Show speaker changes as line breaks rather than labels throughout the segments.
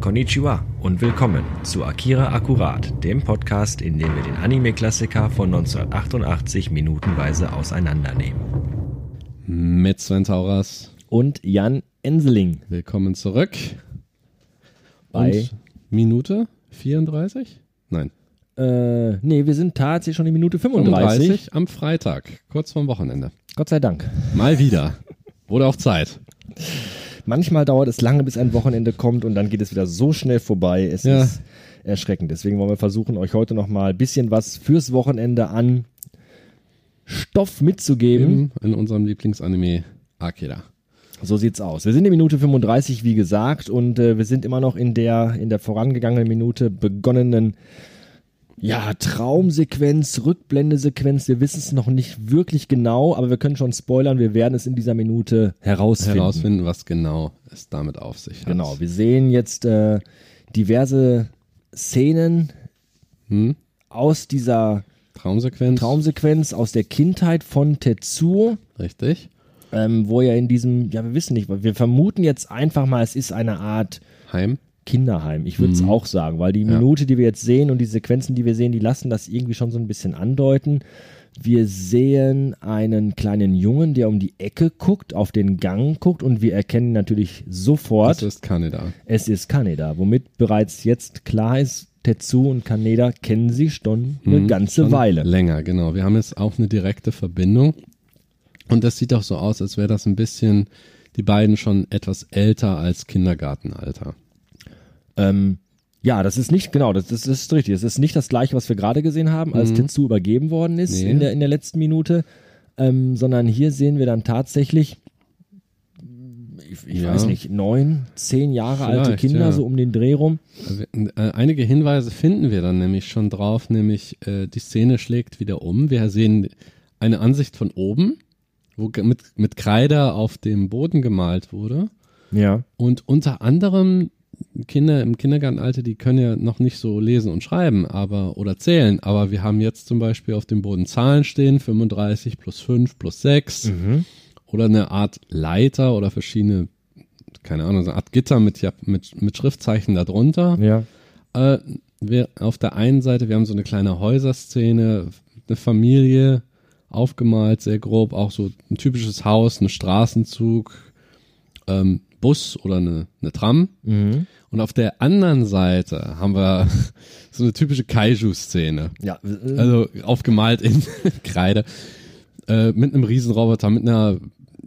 Konnichiwa und willkommen zu Akira Akkurat, dem Podcast, in dem wir den Anime-Klassiker von 1988 minutenweise auseinandernehmen.
Mit Sven Tauras.
Und Jan Enseling
Willkommen zurück.
bei.
Und Minute 34? Nein.
Äh, nee, wir sind tatsächlich schon in Minute 35.
am Freitag, kurz vorm Wochenende.
Gott sei Dank.
Mal wieder. Wurde auch Zeit.
Manchmal dauert es lange, bis ein Wochenende kommt und dann geht es wieder so schnell vorbei. Es
Ja.
ist erschreckend. Deswegen wollen wir versuchen, euch heute nochmal ein bisschen was fürs Wochenende an Stoff mitzugeben.
Im, in unserem Lieblingsanime Akira.
So sieht's aus. Wir sind in Minute 35, wie gesagt, und äh, wir sind immer noch in der in der vorangegangenen Minute begonnenen ja, Traumsequenz, Rückblendesequenz. Wir wissen es noch nicht wirklich genau, aber wir können schon spoilern. Wir werden es in dieser Minute herausfinden.
Herausfinden, was genau es damit auf sich hat.
Genau. Wir sehen jetzt äh, diverse Szenen
Hm?
aus dieser
Traumsequenz.
Traumsequenz aus der Kindheit von Tetsuo.
Richtig.
Ähm, wo er in diesem, ja, wir wissen nicht, wir vermuten jetzt einfach mal, es ist eine Art
Heim.
Kinderheim. Ich würde es auch sagen, weil die Minute, die wir jetzt sehen und die Sequenzen, die wir sehen, die lassen das irgendwie schon so ein bisschen andeuten. Wir sehen einen kleinen Jungen, der um die Ecke guckt, auf den Gang guckt und wir erkennen natürlich
Das
sofort,
ist Kaneda.
es ist Kaneda, womit bereits jetzt klar ist, Tetsu und Kaneda kennen sich schon eine ganze
Schon
Weile.
Länger, genau. Wir haben jetzt auch eine direkte Verbindung. Und das sieht auch so aus, als wäre das ein bisschen, die beiden schon etwas älter als Kindergartenalter.
Ähm, ja, das ist nicht, genau, das, das ist richtig. Es ist nicht das gleiche, was wir gerade gesehen haben, als Tetsu übergeben worden ist
Mhm. Nee.
in, der, in der letzten Minute, ähm, sondern hier sehen wir dann tatsächlich, ich, ich
Ja.
weiß nicht, neun, zehn Jahre alte
Vielleicht,
Kinder,
ja.
so um den Dreh rum.
Äh, Einige Hinweise finden wir dann nämlich schon drauf, nämlich äh, die Szene schlägt wieder um. Wir sehen eine Ansicht von oben, wo ge- mit, mit Kreide auf dem Boden gemalt wurde.
Ja.
Und unter anderem Kinder im Kindergartenalter, die können ja noch nicht so lesen und schreiben, aber oder zählen. Aber wir haben jetzt zum Beispiel auf dem Boden Zahlen stehen, 35 plus 5 plus 6
Mhm.
oder eine Art Leiter oder verschiedene, keine Ahnung, so eine Art Gitter mit, Jap- mit, mit Schriftzeichen darunter.
Ja.
Äh, wir, auf der einen Seite, wir haben so eine kleine Häuserszene, eine Familie aufgemalt, sehr grob, auch so ein typisches Haus, ein Straßenzug, ähm, Bus oder eine, eine Tram.
Mhm.
Und auf der anderen Seite haben wir so eine typische Kaiju-Szene.
Ja. äh,
Also aufgemalt in Kreide. Äh, mit einem Riesenroboter, mit einer,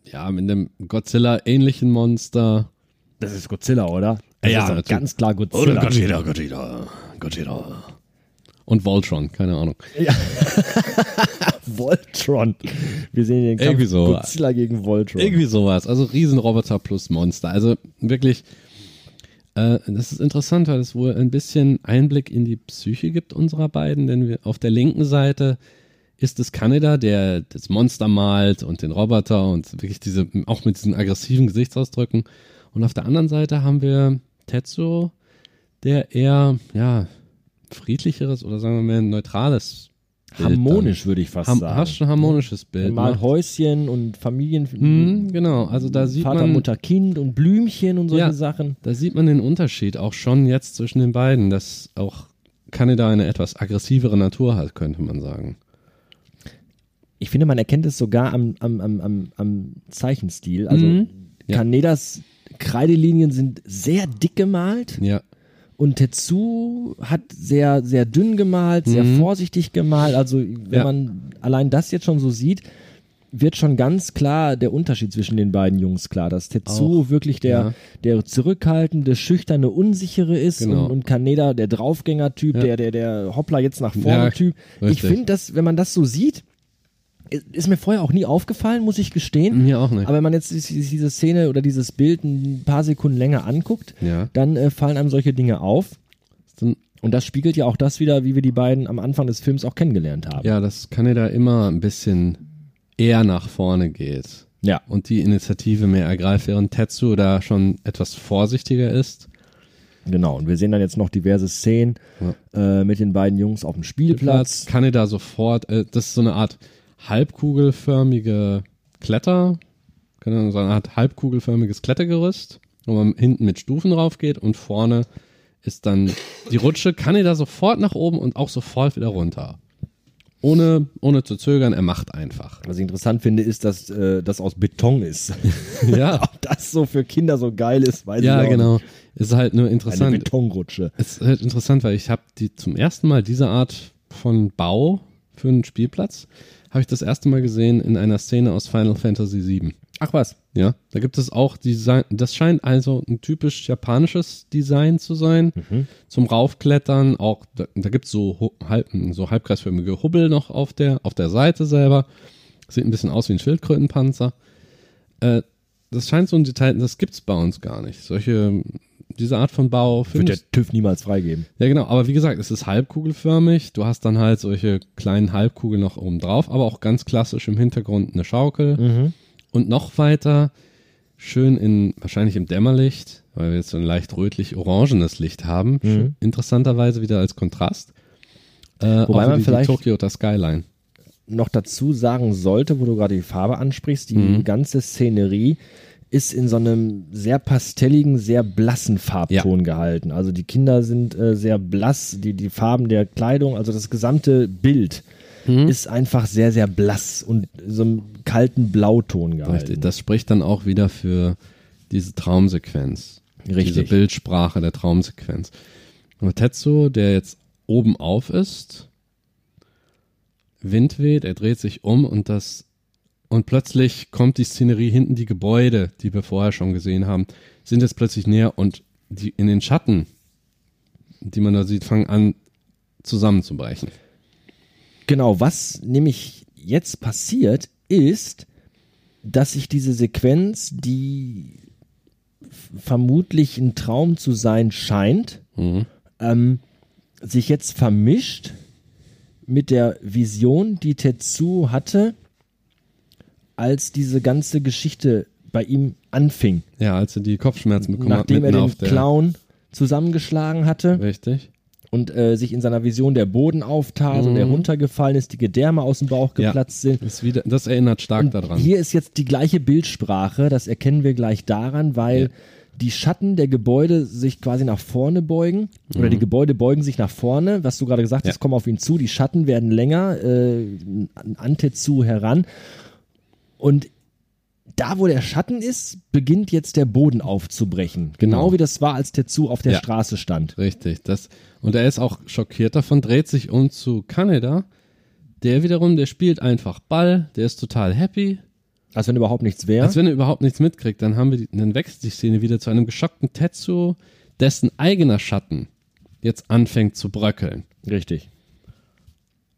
ja, mit einem Godzilla-ähnlichen Monster.
Das ist Godzilla, oder? Das
Ja,
ist doch
natürlich.
ganz klar Godzilla.
Oh, Godzilla, Godzilla. Und Voltron, keine Ahnung.
Voltron. Wir sehen den Kampf
Irgendwie so.
Godzilla gegen Voltron.
Irgendwie sowas. Also Riesenroboter plus Monster. Also wirklich, äh, das ist interessant, weil es wohl ein bisschen Einblick in die Psyche gibt unserer beiden, denn wir, auf der linken Seite ist es Kaneda, der das Monster malt und den Roboter und wirklich diese, auch mit diesen aggressiven Gesichtsausdrücken. Und auf der anderen Seite haben wir Tetsuo, der eher, ja, friedlicheres oder sagen wir mal neutrales Bild
Harmonisch, würde ich
dann-
fast
Ham
sagen.
hast du ein harmonisches Bild. ne?
Mal
macht.
Häuschen und Familien.
Hm, genau, also da sieht
Mhm. Vater,
man
Mutter, Kind und Blümchen und solche
Ja.
Sachen.
Da sieht man den Unterschied auch schon jetzt zwischen den beiden, dass auch Kanada eine etwas aggressivere Natur hat, könnte man sagen.
Ich finde, man erkennt es sogar am, am, am, am, am Zeichenstil. Also
Ja.
Kanedas Kreidelinien sind sehr dick gemalt
Ja,
und Tetsu hat sehr, sehr dünn gemalt, sehr vorsichtig gemalt. Also wenn
Mhm. Ja.
man allein das jetzt schon so sieht, wird schon ganz klar der Unterschied zwischen den beiden Jungs klar, dass Tetsu wirklich der,
ja.
der zurückhaltende, schüchterne, unsichere ist
Genau.
und, und Kaneda der Draufgänger-Typ,
Ja.
der, der, der Hoppla jetzt nach vorne-Typ.
Ja,
ich
richtig.
finde, dass wenn man das so sieht, ist- ist mir vorher auch nie aufgefallen, muss ich gestehen.
Mir auch nicht.
Aber wenn man jetzt dies- diese Szene oder dieses Bild ein paar Sekunden länger anguckt,
Ja.
dann äh, fallen einem solche Dinge auf.
Ist ein-
Und das spiegelt ja auch das wieder, wie wir die beiden am Anfang des Films auch kennengelernt haben.
ja, dass Kanada immer ein bisschen eher nach vorne geht
ja.
und die Initiative mehr ergreift, während Tetsu da schon etwas vorsichtiger ist.
genau. Und wir sehen dann jetzt noch diverse Szenen äh, mit den beiden Jungs auf dem Spielplatz.
Kanada sofort, äh, das ist so eine Art halbkugelförmige Kletter, keine Ahnung, so eine Art halbkugelförmiges Klettergerüst, wo man hinten mit Stufen rauf geht und vorne ist dann die Rutsche, kann er da sofort nach oben und auch sofort wieder runter. Ohne, ohne zu zögern, er macht einfach.
Was ich interessant finde, ist, dass äh, das aus Beton ist.
Ja,
Ob das so für Kinder so geil ist, weiß
ja,
ich auch
genau. Ist halt nur
nicht. Eine
interessant.
Betonrutsche.
Es ist halt interessant, weil ich habe die zum ersten Mal diese Art von Bau für einen Spielplatz habe ich das erste Mal gesehen in einer Szene aus Final Fantasy VII.
Ach was.
Ja, da gibt es auch Design. Das scheint also ein typisch japanisches Design zu sein.
Mhm.
Zum Raufklettern auch. Da, da gibt es so, hu- halb, so halbkreisförmige Hubbel noch auf der auf der Seite selber. Sieht ein bisschen aus wie ein Schildkrötenpanzer. Äh, das scheint so ein Detail. Das gibt's bei uns gar nicht. Solche diese Art von Bau
Wird der
findest
TÜV niemals freigeben.
ja, genau. Aber wie gesagt, es ist halbkugelförmig. Du hast dann halt solche kleinen Halbkugeln noch oben drauf, aber auch ganz klassisch im Hintergrund eine Schaukel.
Mhm.
Und noch weiter, schön in, wahrscheinlich im Dämmerlicht, weil wir jetzt so ein leicht rötlich-orangenes Licht haben. Schön- Interessanterweise wieder als Kontrast. Äh,
Mhm. Wobei
auch
man
die,
vielleicht-
die Tokyo der Skyline.
Noch dazu sagen sollte, wo du gerade die Farbe ansprichst, die
Mhm.
ganze Szenerie ist in so einem sehr pastelligen, sehr blassen Farbton gehalten. Also die Kinder sind äh, sehr blass, die, die Farben der Kleidung, also das gesamte Bild
Mhm.
ist einfach sehr, sehr blass und in so einem kalten Blauton
Richtig.
gehalten.
Das spricht dann auch wieder für diese Traumsequenz. Diese
Richtig.
Bildsprache der Traumsequenz. Aber Tetsuo, der jetzt oben auf ist, Wind weht, er dreht sich um und das und plötzlich kommt die Szenerie hinten, die Gebäude, die wir vorher schon gesehen haben, sind jetzt plötzlich näher und die in den Schatten, die man da sieht, fangen an zusammenzubrechen.
Genau, was nämlich jetzt passiert, ist, dass sich diese Sequenz, die f- vermutlich ein Traum zu sein scheint, ähm, sich jetzt vermischt mit der Vision, die Tetsu hatte, als diese ganze Geschichte bei ihm anfing,
Ja, als er die Kopfschmerzen bekommen
nachdem er
hat, mitten auf
den
der
Clown zusammengeschlagen hatte
richtig.
und äh, sich in seiner Vision der Boden auftat und er runtergefallen ist, die Gedärme aus dem Bauch
Mhm. Ja.
geplatzt sind.
Das, wieder, das erinnert stark daran.
Hier ist jetzt die gleiche Bildsprache, das erkennen wir gleich daran, weil
Ja.
die Schatten der Gebäude sich quasi nach vorne beugen oder die Gebäude beugen sich nach vorne, was du gerade gesagt hast,
Mhm. Ja.
kommen auf ihn zu, die Schatten werden länger, äh, an Tetsu heran und da, wo der Schatten ist, beginnt jetzt der Boden aufzubrechen. Genau,
Genau.
wie das war, als Tetsu auf der
Ja.
Straße stand.
Richtig. Das, und er ist auch schockiert davon, dreht sich um zu Kaneda. Der wiederum, der spielt einfach Ball, der ist total happy.
Als wenn überhaupt nichts wäre.
Als wenn er überhaupt nichts mitkriegt, dann haben wir die, dann wächst die Szene wieder zu einem geschockten Tetsuo, dessen eigener Schatten jetzt anfängt zu bröckeln.
Richtig.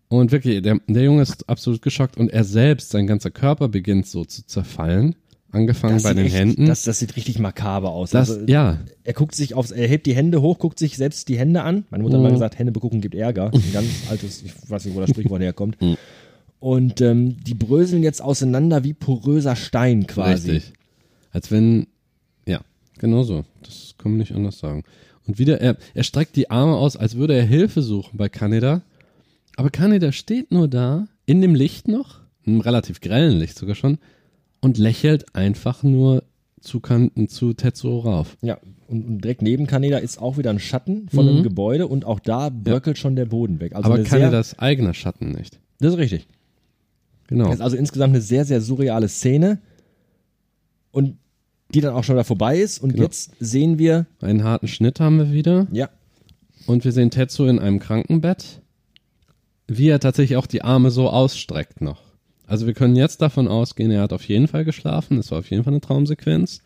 Und wirklich, der, der Junge ist absolut geschockt und er selbst, sein ganzer Körper beginnt so zu zerfallen, angefangen bei
sieht
den
echt,
Händen.
Das, das sieht richtig makaber aus.
das,
also,
ja,
Er guckt sich aufs, er hebt die Hände hoch, guckt sich selbst die Hände an. Meine Mutter hat
Mhm.
mal gesagt, Hände begucken gibt Ärger. Ein ganz altes, ich weiß nicht, wo das Sprichwort herkommt.
Mhm.
Und ähm, die bröseln jetzt auseinander wie poröser Stein quasi.
Richtig. Als wenn, ja, genau so. Das kann man nicht anders sagen. Und wieder, er, er streckt die Arme aus, als würde er Hilfe suchen bei Kaneda. Aber Kaneda steht nur da, in dem Licht noch, einem relativ grellen Licht sogar schon, und lächelt einfach nur zu, kan zu Tetsuo rauf.
Ja, und, und direkt neben Kaneda ist auch wieder ein Schatten von einem Gebäude und auch da bröckelt schon der Boden weg. Also
Mhm. Aber
eine sehr,
Kanedas eigener Schatten nicht.
das ist richtig.
Genau.
Das ist also insgesamt eine sehr, sehr surreale Szene und die dann auch schon wieder vorbei ist. Und
Genau.
jetzt sehen wir,
Einen harten Schnitt haben wir wieder.
ja,
Und wir sehen Tetsuo in einem Krankenbett, wie er tatsächlich auch die Arme so ausstreckt noch. Also wir können jetzt davon ausgehen, er hat auf jeden Fall geschlafen, es war auf jeden Fall eine Traumsequenz.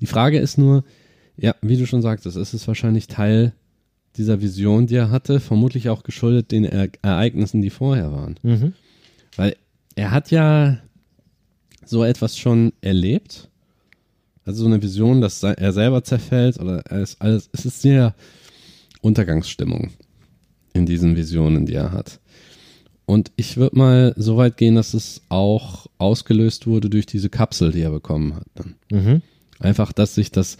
Die Frage ist nur, ja, wie du schon sagtest, es ist wahrscheinlich Teil dieser Vision, die er hatte, vermutlich auch geschuldet den er Ereignissen, die vorher waren. Weil er hat ja so etwas schon erlebt. Also so eine Vision, dass se- er selber zerfällt oder er ist alles, es ist sehr Untergangsstimmung in diesen Visionen, die er hat. Und ich würde mal so weit gehen, dass es auch ausgelöst wurde durch diese Kapsel, die er bekommen hat. Dann. Einfach, dass sich das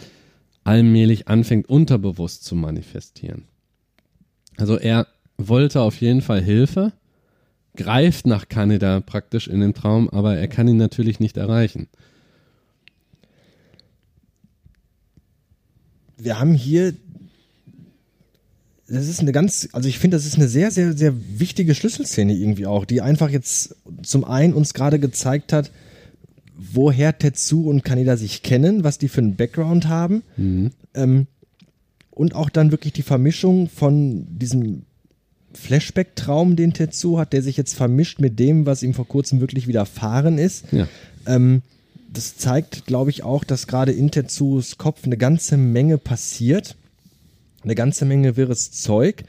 allmählich anfängt, unterbewusst zu manifestieren. Also er wollte auf jeden Fall Hilfe, greift nach Kanada praktisch in dem Traum, aber er kann ihn natürlich nicht erreichen.
wir haben hier das ist eine ganz, also ich finde, das ist eine sehr, sehr, sehr wichtige Schlüsselszene irgendwie auch, die einfach jetzt zum einen uns gerade gezeigt hat, woher Tetsu und Kaneda sich kennen, was die für einen Background haben. Ähm, und auch dann wirklich die Vermischung von diesem Flashback-Traum, den Tetsu hat, der sich jetzt vermischt mit dem, was ihm vor kurzem wirklich widerfahren ist.
Ja.
Ähm, das zeigt, glaube ich, auch, dass gerade in Tetsus Kopf eine ganze Menge passiert. Eine ganze Menge wirres Zeug.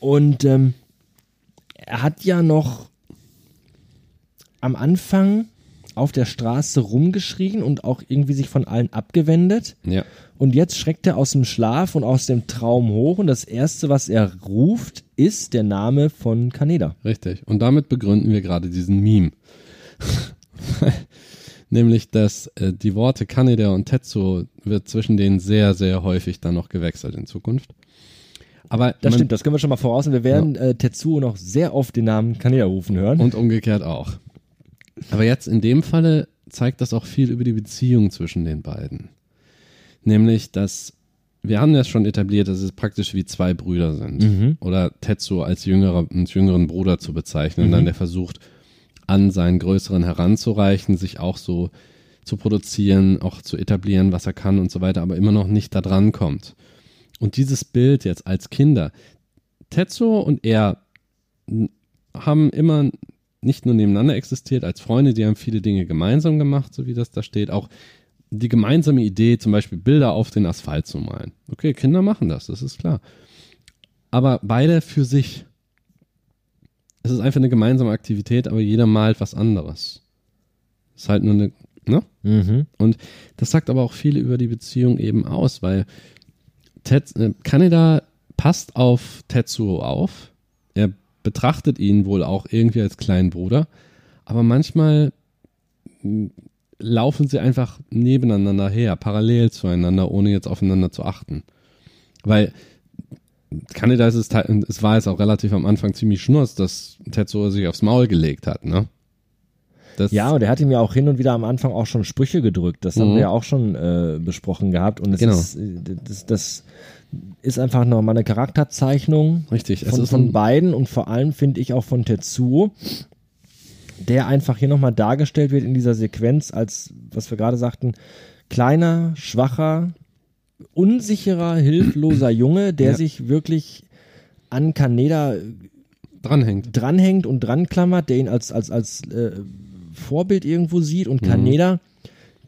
Und ähm, er hat ja noch am Anfang auf der Straße rumgeschrien und auch irgendwie sich von allen abgewendet.
Ja.
Und jetzt schreckt er aus dem Schlaf und aus dem Traum hoch und das Erste, was er ruft, ist der Name von Kaneda.
Richtig. Und damit begründen wir gerade diesen Meme. Nämlich, dass äh, die Worte Kaneda und Tetsuo wird zwischen denen sehr, sehr häufig dann noch gewechselt in Zukunft. Aber
Das
man,
stimmt, das können wir schon mal voraus. Und wir werden äh, Tetsuo noch sehr oft den Namen Kaneda rufen hören.
Und umgekehrt auch. Aber jetzt in dem Falle zeigt das auch viel über die Beziehung zwischen den beiden. Nämlich, dass wir haben das schon etabliert, dass es praktisch wie zwei Brüder sind.
Mhm.
Oder Tetsuo als, jüngerer, als jüngeren Bruder zu bezeichnen. Und dann der versucht, an seinen Größeren heranzureichen, sich auch so zu produzieren, auch zu etablieren, was er kann und so weiter, aber immer noch nicht da dran kommt. Und dieses Bild jetzt als Kinder, Tetsuo und er n- haben immer nicht nur nebeneinander existiert als Freunde, die haben viele Dinge gemeinsam gemacht, so wie das da steht, auch die gemeinsame Idee, zum Beispiel Bilder auf den Asphalt zu malen. Okay, Kinder machen das, das ist klar. Aber beide für sich. Es ist einfach eine gemeinsame Aktivität, aber jeder malt was anderes. Ist halt nur eine, ne?
Mhm.
Und das sagt aber auch viel über die Beziehung eben aus, weil Ted, äh, Kaneda passt auf Tetsuo auf. Er betrachtet ihn wohl auch irgendwie als kleinen Bruder. Aber manchmal mh, laufen sie einfach nebeneinander her, parallel zueinander, ohne jetzt aufeinander zu achten. Weil Kaneda ist es, te- und es war jetzt auch relativ am Anfang ziemlich schnurz, dass Tetsuo sich aufs Maul gelegt hat, ne? Das,
Ja, und er hat ihm ja auch hin und wieder am Anfang auch schon Sprüche gedrückt. Das haben
Mhm.
wir ja auch schon äh, besprochen gehabt. Und das,
Genau.
ist, äh, das, das ist einfach nochmal eine Charakterzeichnung
Richtig, es
von,
ist
von
ein-
beiden und vor allem finde ich auch von Tetsuo, der einfach hier nochmal dargestellt wird in dieser Sequenz als, was wir gerade sagten, kleiner, schwacher, unsicherer, hilfloser Junge, der
Ja.
sich wirklich an Kaneda
dranhängt.
dranhängt und dranklammert, der ihn als, als, als äh, Vorbild irgendwo sieht und
Mhm.
Kaneda,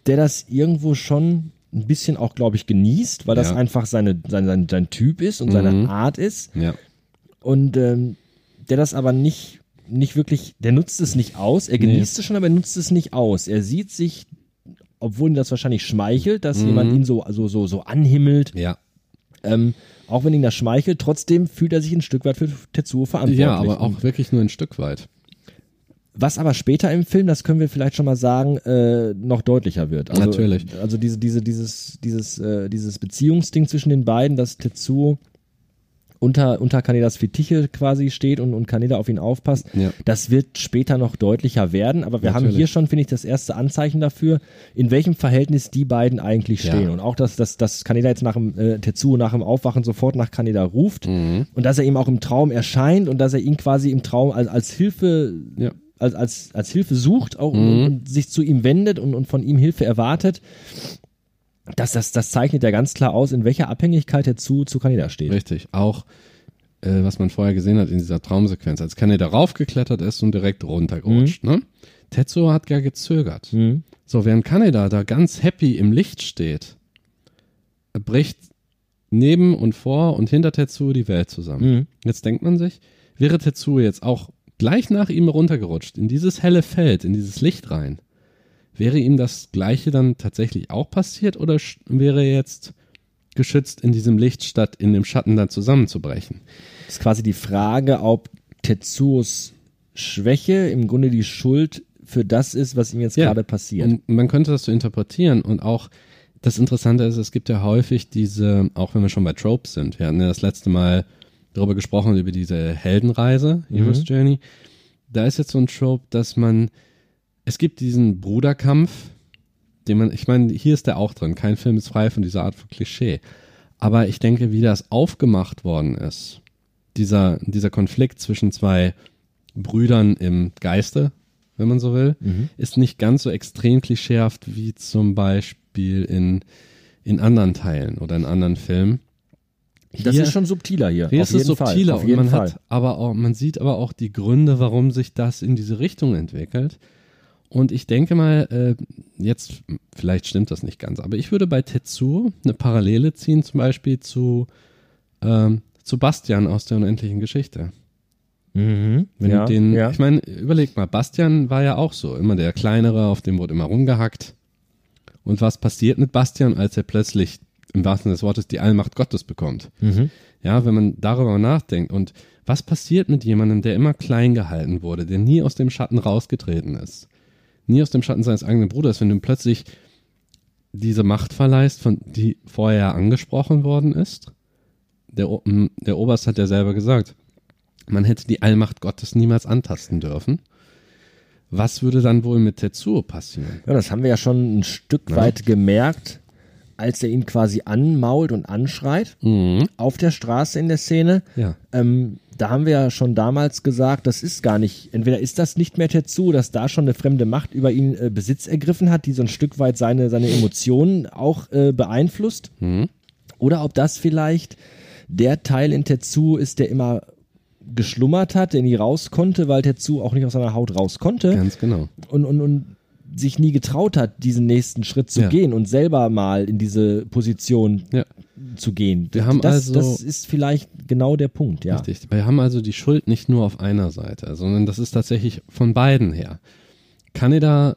der das irgendwo schon ein bisschen auch, glaube ich, genießt, weil das
Ja. Mhm.
einfach seine, sein, sein, sein Typ ist und seine Art ist
Ja.
und ähm, der das aber nicht, nicht wirklich, der nutzt es nicht aus, er
Nee.
genießt es schon, aber er nutzt es nicht aus. Er sieht sich, obwohl ihm das wahrscheinlich schmeichelt, dass jemand ihn so, so, so, so anhimmelt,
Mhm. Ja.
ähm, auch wenn ihn das schmeichelt, trotzdem fühlt er sich ein Stück weit für Tetsuo verantwortlich.
Ja, aber
Und
auch wirklich nur ein Stück weit.
Was aber später im Film, das können wir vielleicht schon mal sagen, äh, noch deutlicher wird. Also,
Natürlich.
Also diese, diese, dieses, dieses, äh, dieses Beziehungsding zwischen den beiden, dass Tetsuo unter, unter Kanedas Fittiche quasi steht und, und Kaneda auf ihn aufpasst,
Ja.
das wird später noch deutlicher werden. Aber wir haben
Natürlich.
hier schon, finde ich, das erste Anzeichen dafür, in welchem Verhältnis die beiden eigentlich
Ja.
stehen. Und auch, dass, dass, dass Kaneda jetzt nach dem, äh, Tetsuo nach dem Aufwachen sofort nach Kaneda ruft
Mhm.
und dass er ihm auch im Traum erscheint und dass er ihn quasi im Traum als, als Hilfe
Ja.
als, als, als Hilfe sucht auch und, und sich zu ihm wendet und, und von ihm Hilfe erwartet. Das, das, das zeichnet ja ganz klar aus, in welcher Abhängigkeit er zu, zu Kaneda steht.
Richtig. Auch, äh, was man vorher gesehen hat in dieser Traumsequenz, als Kanye da raufgeklettert ist und direkt runtergerutscht. Ne? Tetsuo hat ja gezögert.
Mhm.
So, während Kaneda da ganz happy im Licht steht, bricht neben und vor und hinter Tetsuo die Welt zusammen.
Mhm.
Jetzt denkt man sich, wäre Tetsuo jetzt auch gleich nach ihm runtergerutscht, in dieses helle Feld, in dieses Licht rein, wäre ihm das Gleiche dann tatsächlich auch passiert oder sch- wäre er jetzt geschützt in diesem Licht, statt in dem Schatten dann zusammenzubrechen?
Das ist quasi die Frage, ob Tetsuos Schwäche im Grunde die Schuld für das ist, was ihm jetzt
Ja.
gerade passiert.
Und man könnte das so interpretieren und auch das Interessante ist, es gibt ja häufig diese, auch wenn wir schon bei Tropes sind, wir hatten ja das letzte Mal darüber gesprochen, über diese Heldenreise, Hero's Journey. Da ist jetzt so ein Trope, dass man, es gibt diesen Bruderkampf, den man, ich meine, hier ist der auch drin, kein Film ist frei von dieser Art von Klischee. Aber ich denke, wie das aufgemacht worden ist, dieser, dieser Konflikt zwischen zwei Brüdern im Geiste, wenn man so will,
Mhm.
ist nicht ganz so extrem klischeehaft wie zum Beispiel in, in anderen Teilen oder in anderen Filmen.
Das
Hier-
ist schon subtiler hier.
Hier
auf
ist es
jeden Fall,
subtiler
Auf jeden
und man
Fall.
hat aber auch, man sieht aber auch die Gründe, warum sich das in diese Richtung entwickelt. Und ich denke mal, äh, jetzt, vielleicht stimmt das nicht ganz, aber ich würde bei Tetsuo eine Parallele ziehen, zum Beispiel zu, ähm, zu Bastian aus der unendlichen Geschichte.
Mhm.
Wenn
ja,
du den,
ja.
ich meine, überleg mal, Bastian war ja auch so, immer der Kleinere, auf dem wurde immer rumgehackt. Und was passiert mit Bastian, als er plötzlich im wahrsten Sinne des Wortes die Allmacht Gottes bekommt?
mhm.
Ja, wenn man darüber nachdenkt. Und was passiert mit jemandem, der immer klein gehalten wurde, der nie aus dem Schatten rausgetreten ist? Nie aus dem Schatten seines eigenen Bruders, wenn du ihm plötzlich diese Macht verleihst, von die vorher angesprochen worden ist? Der, O- m, der Oberst hat ja selber gesagt, man hätte die Allmacht Gottes niemals antasten dürfen. Was würde dann wohl mit Tetsuo passieren?
Ja, das haben wir ja schon ein Stück
Ja.
weit gemerkt, als er ihn quasi anmault und anschreit auf der Straße in der Szene.
Mhm. Ja.
Ähm, da haben wir ja schon damals gesagt, das ist gar nicht, entweder ist das nicht mehr Tetsu, dass da schon eine fremde Macht über ihn äh, Besitz ergriffen hat, die so ein Stück weit seine, seine Emotionen auch äh, beeinflusst.
Mhm.
Oder ob das vielleicht der Teil in Tetsu ist, der immer geschlummert hat, der nie raus konnte, weil Tetsu auch nicht aus seiner Haut raus konnte
Ganz genau.
und, und, und sich nie getraut hat, diesen nächsten Schritt zu
Ja.
gehen und selber mal in diese Position
Ja.
zu gehen.
Wir haben
das,
also-
das ist vielleicht genau der Punkt, ja.
Richtig. Wir haben also die Schuld nicht nur auf einer Seite, sondern das ist tatsächlich von beiden her. Kaneda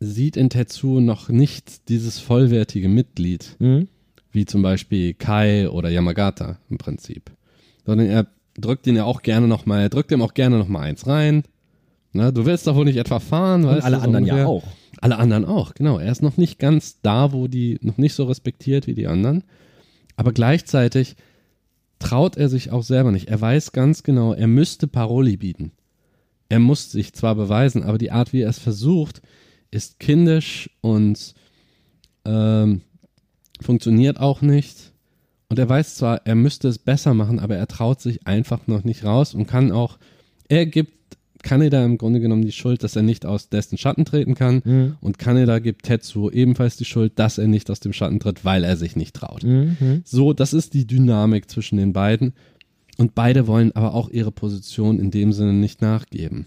sieht in Tetsuo noch nicht dieses vollwertige Mitglied,
Mhm.
wie zum Beispiel Kai oder Yamagata im Prinzip. Sondern er drückt ihn ja auch gerne nochmal, er drückt ihm auch gerne nochmal eins rein. Na, du willst doch wohl nicht etwa fahren,
Und
weißt
alle
du, so
anderen ja
ungefähr.
auch.
Alle anderen auch, genau. Er ist noch nicht ganz da, wo die, noch nicht so respektiert wie die anderen. Aber gleichzeitig traut er sich auch selber nicht. Er weiß ganz genau, er müsste Paroli bieten. Er muss sich zwar beweisen, aber die Art, wie er es versucht, ist kindisch und ähm, funktioniert auch nicht. Und er weiß zwar, er müsste es besser machen, aber er traut sich einfach noch nicht raus und kann auch, er gibt Kaneda im Grunde genommen die Schuld, dass er nicht aus dessen Schatten treten kann.
Mhm.
Und Kaneda gibt Tetsuo ebenfalls die Schuld, dass er nicht aus dem Schatten tritt, weil er sich nicht traut.
Mhm.
So, das ist die Dynamik zwischen den beiden. Und beide wollen aber auch ihre Position in dem Sinne nicht nachgeben,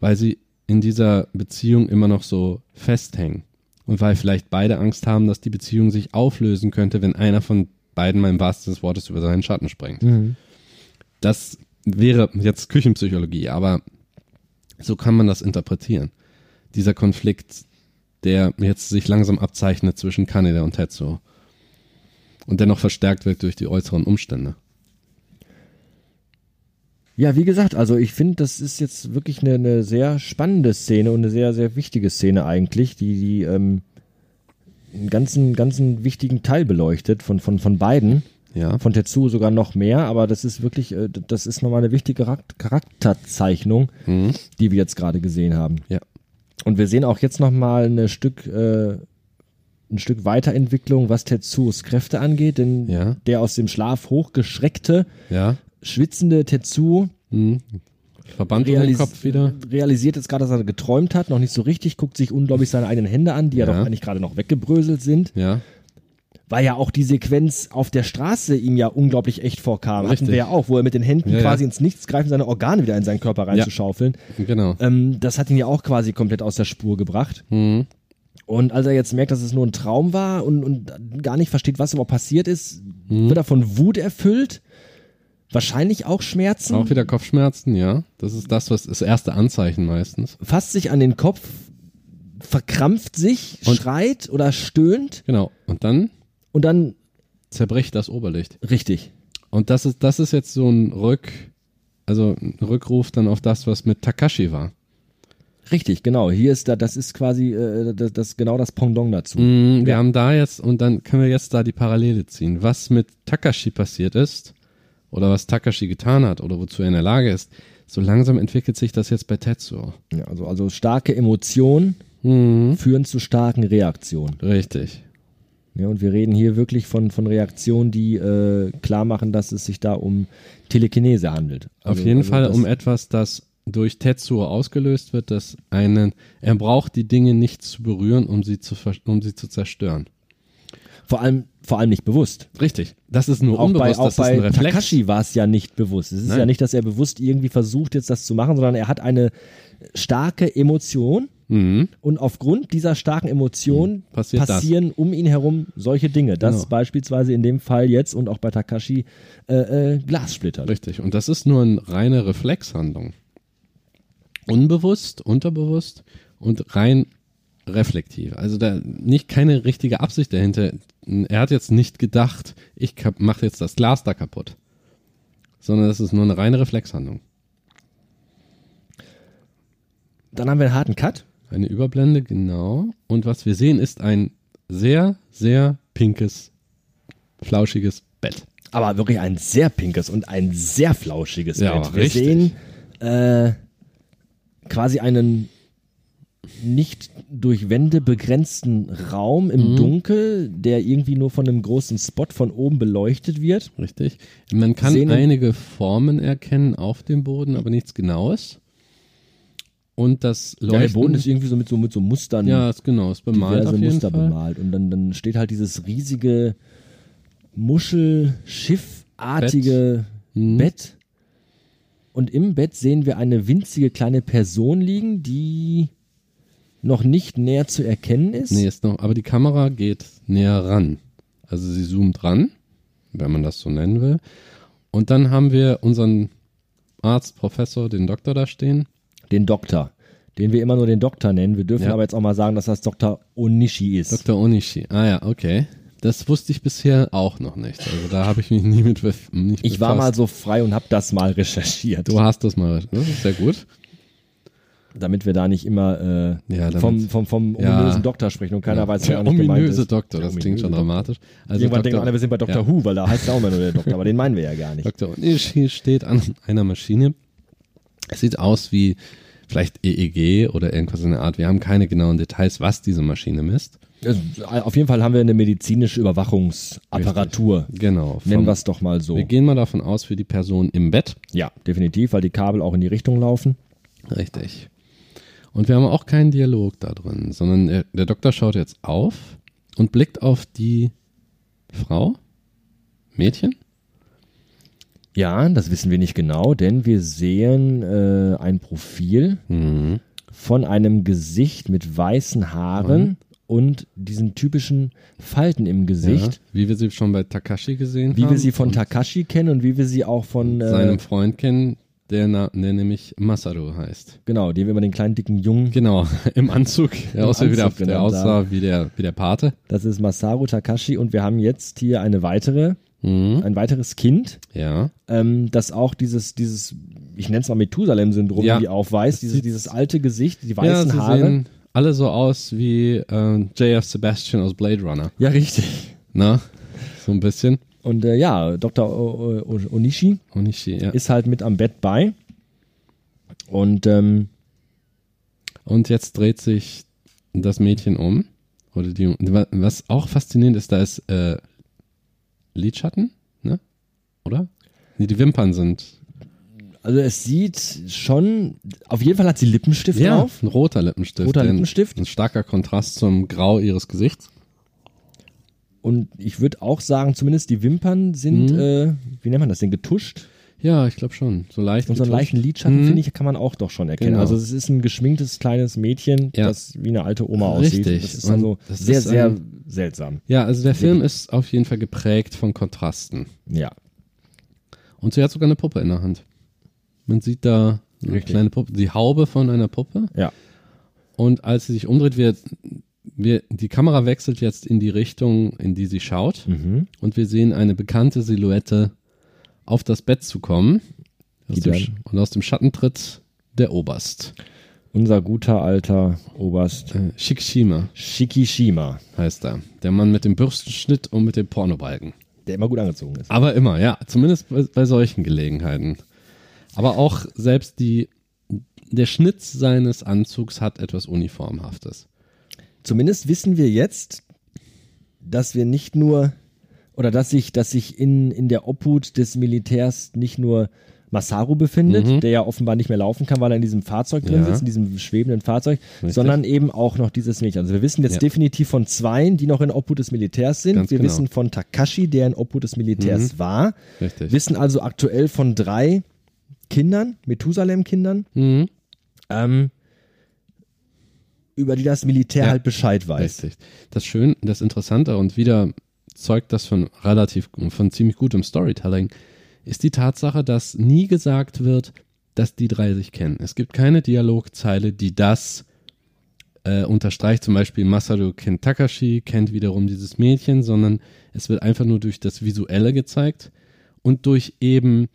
weil sie in dieser Beziehung immer noch so festhängen. Und weil vielleicht beide Angst haben, dass die Beziehung sich auflösen könnte, wenn einer von beiden mal im wahrsten Sinne des Wortes über seinen Schatten springt.
Mhm.
Das wäre jetzt Küchenpsychologie, aber so kann man das interpretieren. Dieser Konflikt, der jetzt sich langsam abzeichnet zwischen Kaneda und Tetsuo. Und dennoch verstärkt wird durch die äußeren Umstände.
Ja, wie gesagt, also ich finde, das ist jetzt wirklich eine, eine sehr spannende Szene und eine sehr, sehr wichtige Szene eigentlich, die, die ähm, einen ganzen, ganzen wichtigen Teil beleuchtet von, von, von beiden.
Ja,
Von Tetsu sogar noch mehr, aber das ist wirklich, äh, d- das ist nochmal eine wichtige Charak- Charakterzeichnung,
Mhm.
die wir jetzt gerade gesehen haben.
Ja.
Und wir sehen auch jetzt nochmal ein Stück, äh, ein Stück Weiterentwicklung, was Tetsus Kräfte angeht, denn
Ja.
der aus dem Schlaf hochgeschreckte,
ja.
schwitzende Tetsu
Mhm. Verband um den
realis-
Kopf wieder.
realisiert jetzt gerade, dass er geträumt hat, noch nicht so richtig, guckt sich unglaublich seine eigenen Hände an, die ja,
Ja.
doch eigentlich gerade noch weggebröselt sind,
Ja,
weil ja auch die Sequenz auf der Straße ihm ja unglaublich echt vorkam. Hatten
Richtig.
wir ja auch, wo er mit den Händen
Ja, ja.
quasi ins Nichts greift, seine Organe wieder in seinen Körper reinzuschaufeln.
genau.
Ähm, das hat ihn ja auch quasi komplett aus der Spur gebracht.
Mhm.
Und als er jetzt merkt, dass es nur ein Traum war und, und gar nicht versteht, was überhaupt passiert ist,
Hm.
wird er von Wut erfüllt. Wahrscheinlich auch Schmerzen.
Auch wieder Kopfschmerzen, ja. Das ist das, was das erste Anzeichen meistens.
fasst sich an den Kopf, verkrampft sich,
Und-
schreit oder stöhnt
Genau. Und dann
und dann
zerbricht das Oberlicht.
richtig.
Und das ist, das ist jetzt so ein Rück, also ein Rückruf dann auf das, was mit Takashi war.
Richtig, genau. Hier ist da, das ist quasi äh, das, das genau das Pendant dazu.
Mm, wir
Ja.
haben da jetzt, und dann können wir jetzt da die Parallele ziehen. Was mit Takashi passiert ist, oder was Takashi getan hat, oder wozu er in der Lage ist, so langsam entwickelt sich das jetzt bei Tetsuo.
Ja, also, also starke Emotionen
Mhm.
führen zu starken Reaktionen.
Richtig.
Ja, und wir reden hier wirklich von, von Reaktionen, die äh, klar machen, dass es sich da um Telekinese handelt. Also,
Auf jeden Fall um etwas, das durch Tetsuo ausgelöst wird, dass einen, er braucht die Dinge nicht zu berühren, um sie zu, ver- um sie zu zerstören.
vor allem, vor allem nicht bewusst.
Richtig. Das ist nur
Auch bei,
unbewusst,
auch
das ist ein
bei
Reflex.
Takashi war es ja nicht bewusst. Es ist
Nein.
ja nicht, dass er bewusst irgendwie versucht, jetzt das zu machen, sondern er hat eine starke Emotion
Mhm.
und aufgrund dieser starken Emotion
Hm, Passiert das.
passieren um ihn herum solche Dinge. Das
Genau.
beispielsweise in dem Fall jetzt und auch bei Takashi äh, äh, Glassplitter.
Richtig. Und das ist nur eine reine Reflexhandlung. Unbewusst, unterbewusst und rein reflektiv. Also da nicht keine richtige Absicht dahinter. Er hat jetzt nicht gedacht, ich mache jetzt das Glas da kaputt. Sondern das ist nur eine reine Reflexhandlung.
Dann haben wir einen harten Cut.
Eine Überblende, genau. Und was wir sehen, ist ein sehr, sehr pinkes, flauschiges Bett.
Aber wirklich ein sehr pinkes und ein sehr flauschiges
Ja,
Bett. Wir
richtig.
sehen äh, quasi einen nicht durch Wände begrenzten Raum
Mhm.
im Dunkel, der irgendwie nur von einem großen Spot von oben beleuchtet wird.
Richtig. Man kann
Sehnen-
einige Formen erkennen auf dem Boden, aber nichts Genaues. Und das
Ja,
Leuchten.
der Boden ist irgendwie so mit so, mit so Mustern,
ja, ist genau, ist bemalt
diverse
auf jeden
Muster
Fall.
bemalt. Und dann, dann steht halt dieses riesige Muschelschiffartige
Hm.
Bett. Und im Bett sehen wir eine winzige kleine Person liegen, die noch nicht näher zu erkennen ist.
Nee, ist noch, aber die Kamera geht näher ran. Also sie zoomt ran, wenn man das so nennen will. Und dann haben wir unseren Arzt, Professor, den Doktor da stehen.
Den Doktor, den wir immer nur den Doktor nennen. Wir dürfen
Ja.
aber jetzt auch mal sagen, dass das Doktor Onishi ist.
Dr. Onishi. Ah ja, okay. Das wusste ich bisher auch noch nicht. Also da habe ich mich nie mit bef- nicht
ich war mal
befasst.
so frei und habe das mal recherchiert,
Du hast das mal. Das ist sehr gut.
damit wir da nicht immer äh,
Ja, damit-
vom, vom, vom
Ja.
ominösen Doktor sprechen und keiner weiß, wer
der
eigentlich gemeint
ominöse
ist.
Doktor,
Der
das klingt
ominöse
schon
Doktor.
dramatisch. Also
Irgendwann denken alle, wir sind bei Dr.
ja,
Who, weil da heißt ja auch immer nur der Doktor, aber den meinen wir ja gar nicht.
Dr. Onishi steht an einer Maschine. Es sieht aus wie vielleicht EEG oder irgendwas in der Art. Wir haben keine genauen Details, was diese Maschine misst.
Also, auf jeden Fall haben wir eine medizinische Überwachungsapparatur.
Genau.
Nennen wir
vom-
es doch mal so.
wir gehen mal davon aus, für die Person im Bett.
Ja, definitiv, weil die Kabel auch in die Richtung laufen.
Richtig. Und wir haben auch keinen Dialog da drin, sondern der, der Doktor schaut jetzt auf und blickt auf die Frau, Mädchen.
Ja, das wissen wir nicht genau, denn wir sehen äh, ein Profil
Mhm.
von einem Gesicht mit weißen Haaren und diesen typischen Falten im
Ja,
Gesicht,
wie wir sie schon bei Takashi gesehen
wie
haben.
wir sie von
und
Takashi kennen und wie wir sie auch von äh,
seinem Freund kennen, der, na, der nämlich Masaru heißt.
genau, dem wir immer den kleinen dicken Jungen.
Genau, im Anzug. Der,
Im
aussah, wie der,
Anzug,
der
genau,
aussah wie der, wie der Pate.
Das ist Masaru Takashi und wir haben jetzt hier eine weitere,
Hm?
ein weiteres Kind,
Ja.
ähm, das auch dieses dieses ich nenne es mal Methusalem-Syndrom
Ja.
irgendwie aufweist, dieses,
sieht-
dieses alte Gesicht, die
ja,
weißen
sie
Haare.
sehen alle so aus wie ähm, J.F. Sebastian aus Blade Runner.
Ja, richtig.
Na, so ein bisschen.
Und äh, ja, Dr. O o o Onishi
Onishi, ja.
ist halt mit am Bett bei. Und ähm,
Und jetzt dreht sich das Mädchen um. Oder die, was auch faszinierend ist, da ist äh, Lidschatten, ne? Oder? Nee, die Wimpern sind.
also es sieht schon, auf jeden Fall hat sie Lippenstift drauf.
Ein roter Lippenstift.
Roter
Ein-
Lippenstift.
Ein starker Kontrast zum Grau ihres Gesichts.
Und ich würde auch sagen, zumindest die Wimpern sind,
Mhm.
äh, wie nennt man das denn, getuscht.
Ja, ich glaube schon. So leicht.
Und so einen
getuscht.
leichten Lidschatten,
Mhm.
finde ich, kann man auch doch schon erkennen.
Genau.
Also es ist ein geschminktes kleines Mädchen,
Ja.
das wie eine alte Oma aussieht.
Richtig.
Das ist
Und
also
das
sehr,
ist ein-
sehr seltsam.
Ja, also der Film ist auf jeden Fall geprägt von Kontrasten.
Ja.
Und sie hat sogar eine Puppe in der Hand. Man sieht da eine
Richtig.
kleine Puppe, die Haube von einer Puppe.
Ja.
Und als sie sich umdreht, wir, wir, die Kamera wechselt jetzt in die Richtung, in die sie schaut.
Mhm.
Und wir sehen eine bekannte Silhouette auf das Bett zu kommen. Aus
Die
dem,
dann-
Sch- und aus dem Schatten tritt der Oberst.
Unser guter alter Oberst
Äh, Shikishima
Shikishima,
heißt er. Der Mann mit dem Bürstenschnitt und mit dem Pornobalken.
der immer gut angezogen ist.
Aber immer, ja. Zumindest bei, bei solchen Gelegenheiten. Aber auch selbst die, der Schnitt seines Anzugs hat etwas Uniformhaftes.
Zumindest wissen wir jetzt, dass wir nicht nur oder dass sich, dass sich in, in der Obhut des Militärs nicht nur Masaru befindet,
Mhm.
der ja offenbar nicht mehr laufen kann, weil er in diesem Fahrzeug drin
Ja.
sitzt, in diesem schwebenden Fahrzeug,
Richtig.
sondern eben auch noch dieses Mädchen. Also wir wissen jetzt
Ja.
definitiv von zweien, die noch in Obhut des Militärs sind.
Ganz
wir
genau. Mhm.
wissen von Takashi, der in Obhut des Militärs war.
Richtig.
Wissen also aktuell von drei Kindern, Methusalem-Kindern,
Mhm.
ähm, über die das Militär
Ja.
halt Bescheid weiß.
Richtig. Das Schöne, das Interessante und wieder zeugt das von relativ, von ziemlich gutem Storytelling, ist die Tatsache, dass nie gesagt wird, dass die drei sich kennen. Es gibt keine Dialogzeile, die das äh, unterstreicht. Zum Beispiel Masaru kennt Takashi, kennt wiederum dieses Mädchen, sondern es wird einfach nur durch das Visuelle gezeigt und durch eben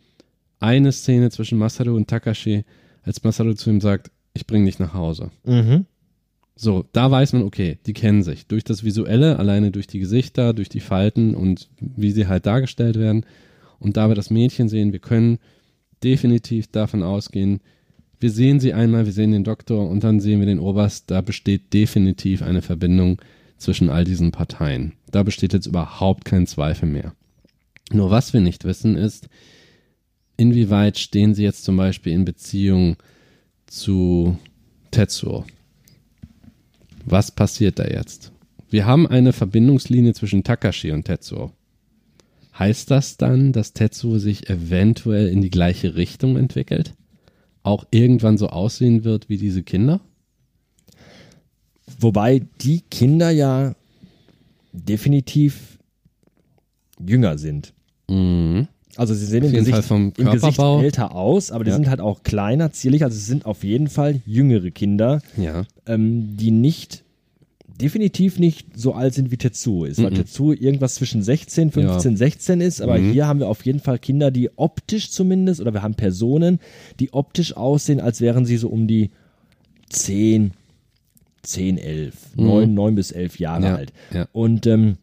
eine Szene zwischen Masaru und Takashi, als Masaru zu ihm sagt, ich bring dich nach Hause.
Mhm.
So, da weiß man, okay, die kennen sich. Durch das Visuelle, alleine durch die Gesichter, durch die Falten und wie sie halt dargestellt werden. Und da wir das Mädchen sehen, wir können definitiv davon ausgehen, wir sehen sie einmal, wir sehen den Doktor und dann sehen wir den Oberst. Da besteht definitiv eine Verbindung zwischen all diesen Parteien. Da besteht jetzt überhaupt kein Zweifel mehr. Nur was wir nicht wissen ist, inwieweit stehen sie jetzt zum Beispiel in Beziehung zu Tetsuo? Was passiert da jetzt? Wir haben eine Verbindungslinie zwischen Takashi und Tetsuo. Heißt das dann, dass Tetsuo sich eventuell in die gleiche Richtung entwickelt? Auch irgendwann so aussehen wird wie diese Kinder?
Wobei die Kinder ja definitiv jünger sind.
Mhm.
Also sie sehen im
Auf jeden
Gesicht,
Fall vom
im Gesicht
Körperbau.
älter aus, aber die
Ja.
sind halt auch kleiner, zierlich. Also es sind auf jeden Fall jüngere Kinder,
Ja.
ähm, die nicht, definitiv nicht so alt sind wie Tetsuo ist. Weil
Mhm.
Tetsuo irgendwas zwischen 16, 15, 16 ist. Aber
Mhm.
hier haben wir auf jeden Fall Kinder, die optisch zumindest, oder wir haben Personen, die optisch aussehen, als wären sie so um die 10, 10, 11,
Mhm.
9, 9 bis 11 Jahre
Ja.
alt.
ja.
Und ähm,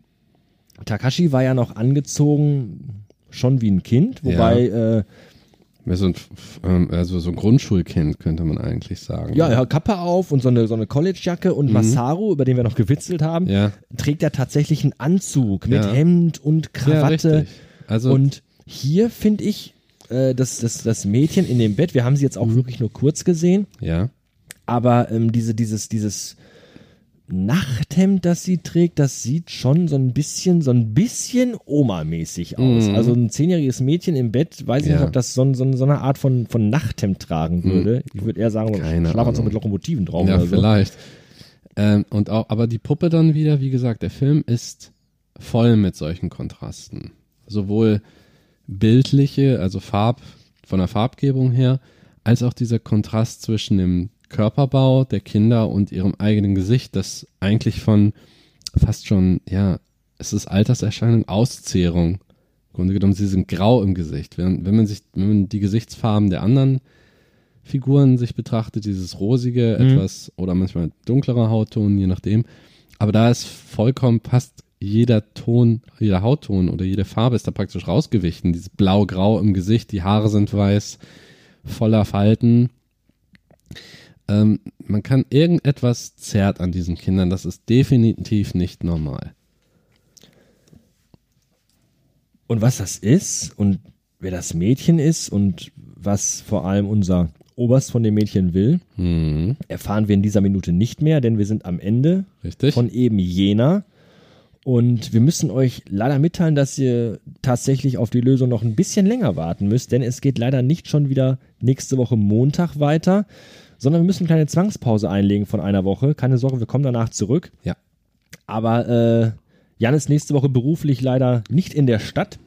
Takashi war ja noch angezogen, schon wie ein Kind, wobei, ja, äh,
Mehr So ein, ähm, also so ein Grundschulkind könnte man eigentlich sagen.
ja, er hat Kappe auf und so eine, so eine Collegejacke und Masaru, über den wir noch gewitzelt haben,
Mhm. Ja.
trägt er tatsächlich einen Anzug mit
Ja.
Hemd und Krawatte.
richtig. Also
und hier finde ich, äh, das, das, das Mädchen in dem Bett, wir haben sie jetzt auch
Mhm.
wirklich nur kurz gesehen,
ja.
aber ähm, diese, dieses, dieses Nachthemd, das sie trägt, das sieht schon so ein bisschen, so ein bisschen Oma-mäßig aus.
Mhm.
Also ein zehnjähriges Mädchen im Bett, weiß ich
Ja. Mhm.
nicht, ob das so, ein- so, ein- so eine Art von, von Nachthemd tragen würde. Ich würde eher sagen,
Keine
Schlafanzug
Ahnung.
mit Lokomotiven drauf
Ja,
oder so.
vielleicht. Ähm, und auch, aber die Puppe dann wieder, wie gesagt, der Film ist voll mit solchen Kontrasten. Sowohl bildliche, also Farb, von der Farbgebung her, als auch dieser Kontrast zwischen dem Körperbau der Kinder und ihrem eigenen Gesicht, das eigentlich von fast schon, ja, es ist Alterserscheinung, Auszehrung. Im Grunde genommen, sie sind grau im Gesicht. Wenn, wenn man sich, wenn man die Gesichtsfarben der anderen Figuren sich betrachtet, dieses rosige,
Mhm.
etwas oder manchmal dunklerer Hautton, je nachdem. Aber da ist vollkommen passt jeder Ton, jeder Hautton oder jede Farbe ist da praktisch rausgewichen. Dieses blau-grau im Gesicht, die Haare sind weiß, voller Falten. Ähm, man kann irgendetwas zerrt an diesen Kindern. Das ist definitiv nicht normal.
Und was das ist und wer das Mädchen ist und was vor allem unser Oberst von dem Mädchen will,
Mhm,
erfahren wir in dieser Minute nicht mehr, denn wir sind am Ende
richtig?
von eben Jena. Und wir müssen euch leider mitteilen, dass ihr tatsächlich auf die Lösung noch ein bisschen länger warten müsst, denn es geht leider nicht schon wieder nächste Woche Montag weiter, sondern wir müssen eine kleine Zwangspause einlegen von einer Woche. Keine Sorge, wir kommen danach zurück.
Ja.
Aber äh, Jan ist nächste Woche beruflich leider nicht in der Stadt,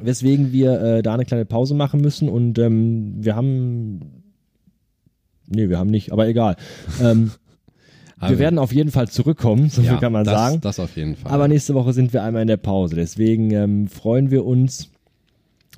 weswegen wir äh, da eine kleine Pause machen müssen und ähm, wir haben. Nee, wir haben nicht, aber egal. Ähm,
Aber
wir werden auf jeden Fall zurückkommen, so viel
Also ja,
kann man
das,
sagen.
Das auf jeden Fall.
Aber nächste Woche sind wir einmal in der Pause. Deswegen ähm, freuen wir uns,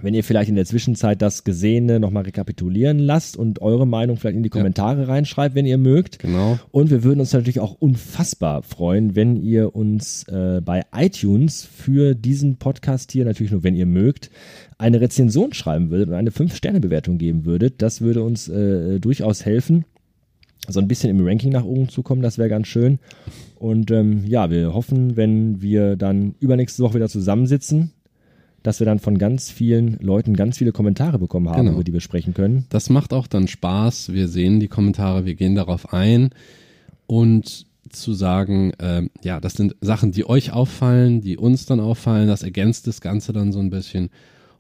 wenn ihr vielleicht in der Zwischenzeit das Gesehene nochmal rekapitulieren lasst und eure Meinung vielleicht in die Kommentare reinschreibt, wenn ihr mögt.
Genau.
Und wir würden uns natürlich auch unfassbar freuen, wenn ihr uns äh, bei iTunes für diesen Podcast hier, natürlich nur wenn ihr mögt, eine Rezension schreiben würdet und eine 5-Sterne-Bewertung geben würdet. Das würde uns äh, durchaus helfen, so ein bisschen im Ranking nach oben zu kommen, das wäre ganz schön. Und ähm, ja, wir hoffen, wenn wir dann übernächste Woche wieder zusammensitzen, dass wir dann von ganz vielen Leuten ganz viele Kommentare bekommen haben,
Genau.
über die wir sprechen können.
Das macht auch dann Spaß. Wir sehen die Kommentare, wir gehen darauf ein. Und zu sagen, ähm, ja, das sind Sachen, die euch auffallen, die uns dann auffallen, das ergänzt das Ganze dann so ein bisschen.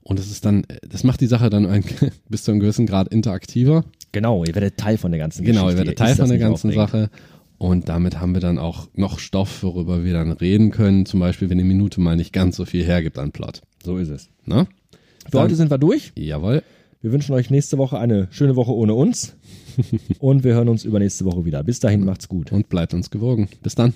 Und es ist dann, äh, das macht die Sache dann ein, bis zu einem gewissen Grad interaktiver.
Genau, ihr werdet Teil von der ganzen
Genau, ihr
Geschichte.
werdet
Ist
Teil
das
von der
nicht
ganzen
aufregend?
Sache. Und damit haben wir dann auch noch Stoff, worüber wir dann reden können. Zum Beispiel, wenn die Minute mal nicht ganz so viel hergibt an Plot.
So ist es.
Ne?
Für heute sind wir durch.
Jawohl.
Wir wünschen euch nächste Woche eine schöne Woche ohne uns. Und wir hören uns übernächste Woche wieder. Bis dahin, macht's gut.
Und bleibt uns gewogen. Bis dann.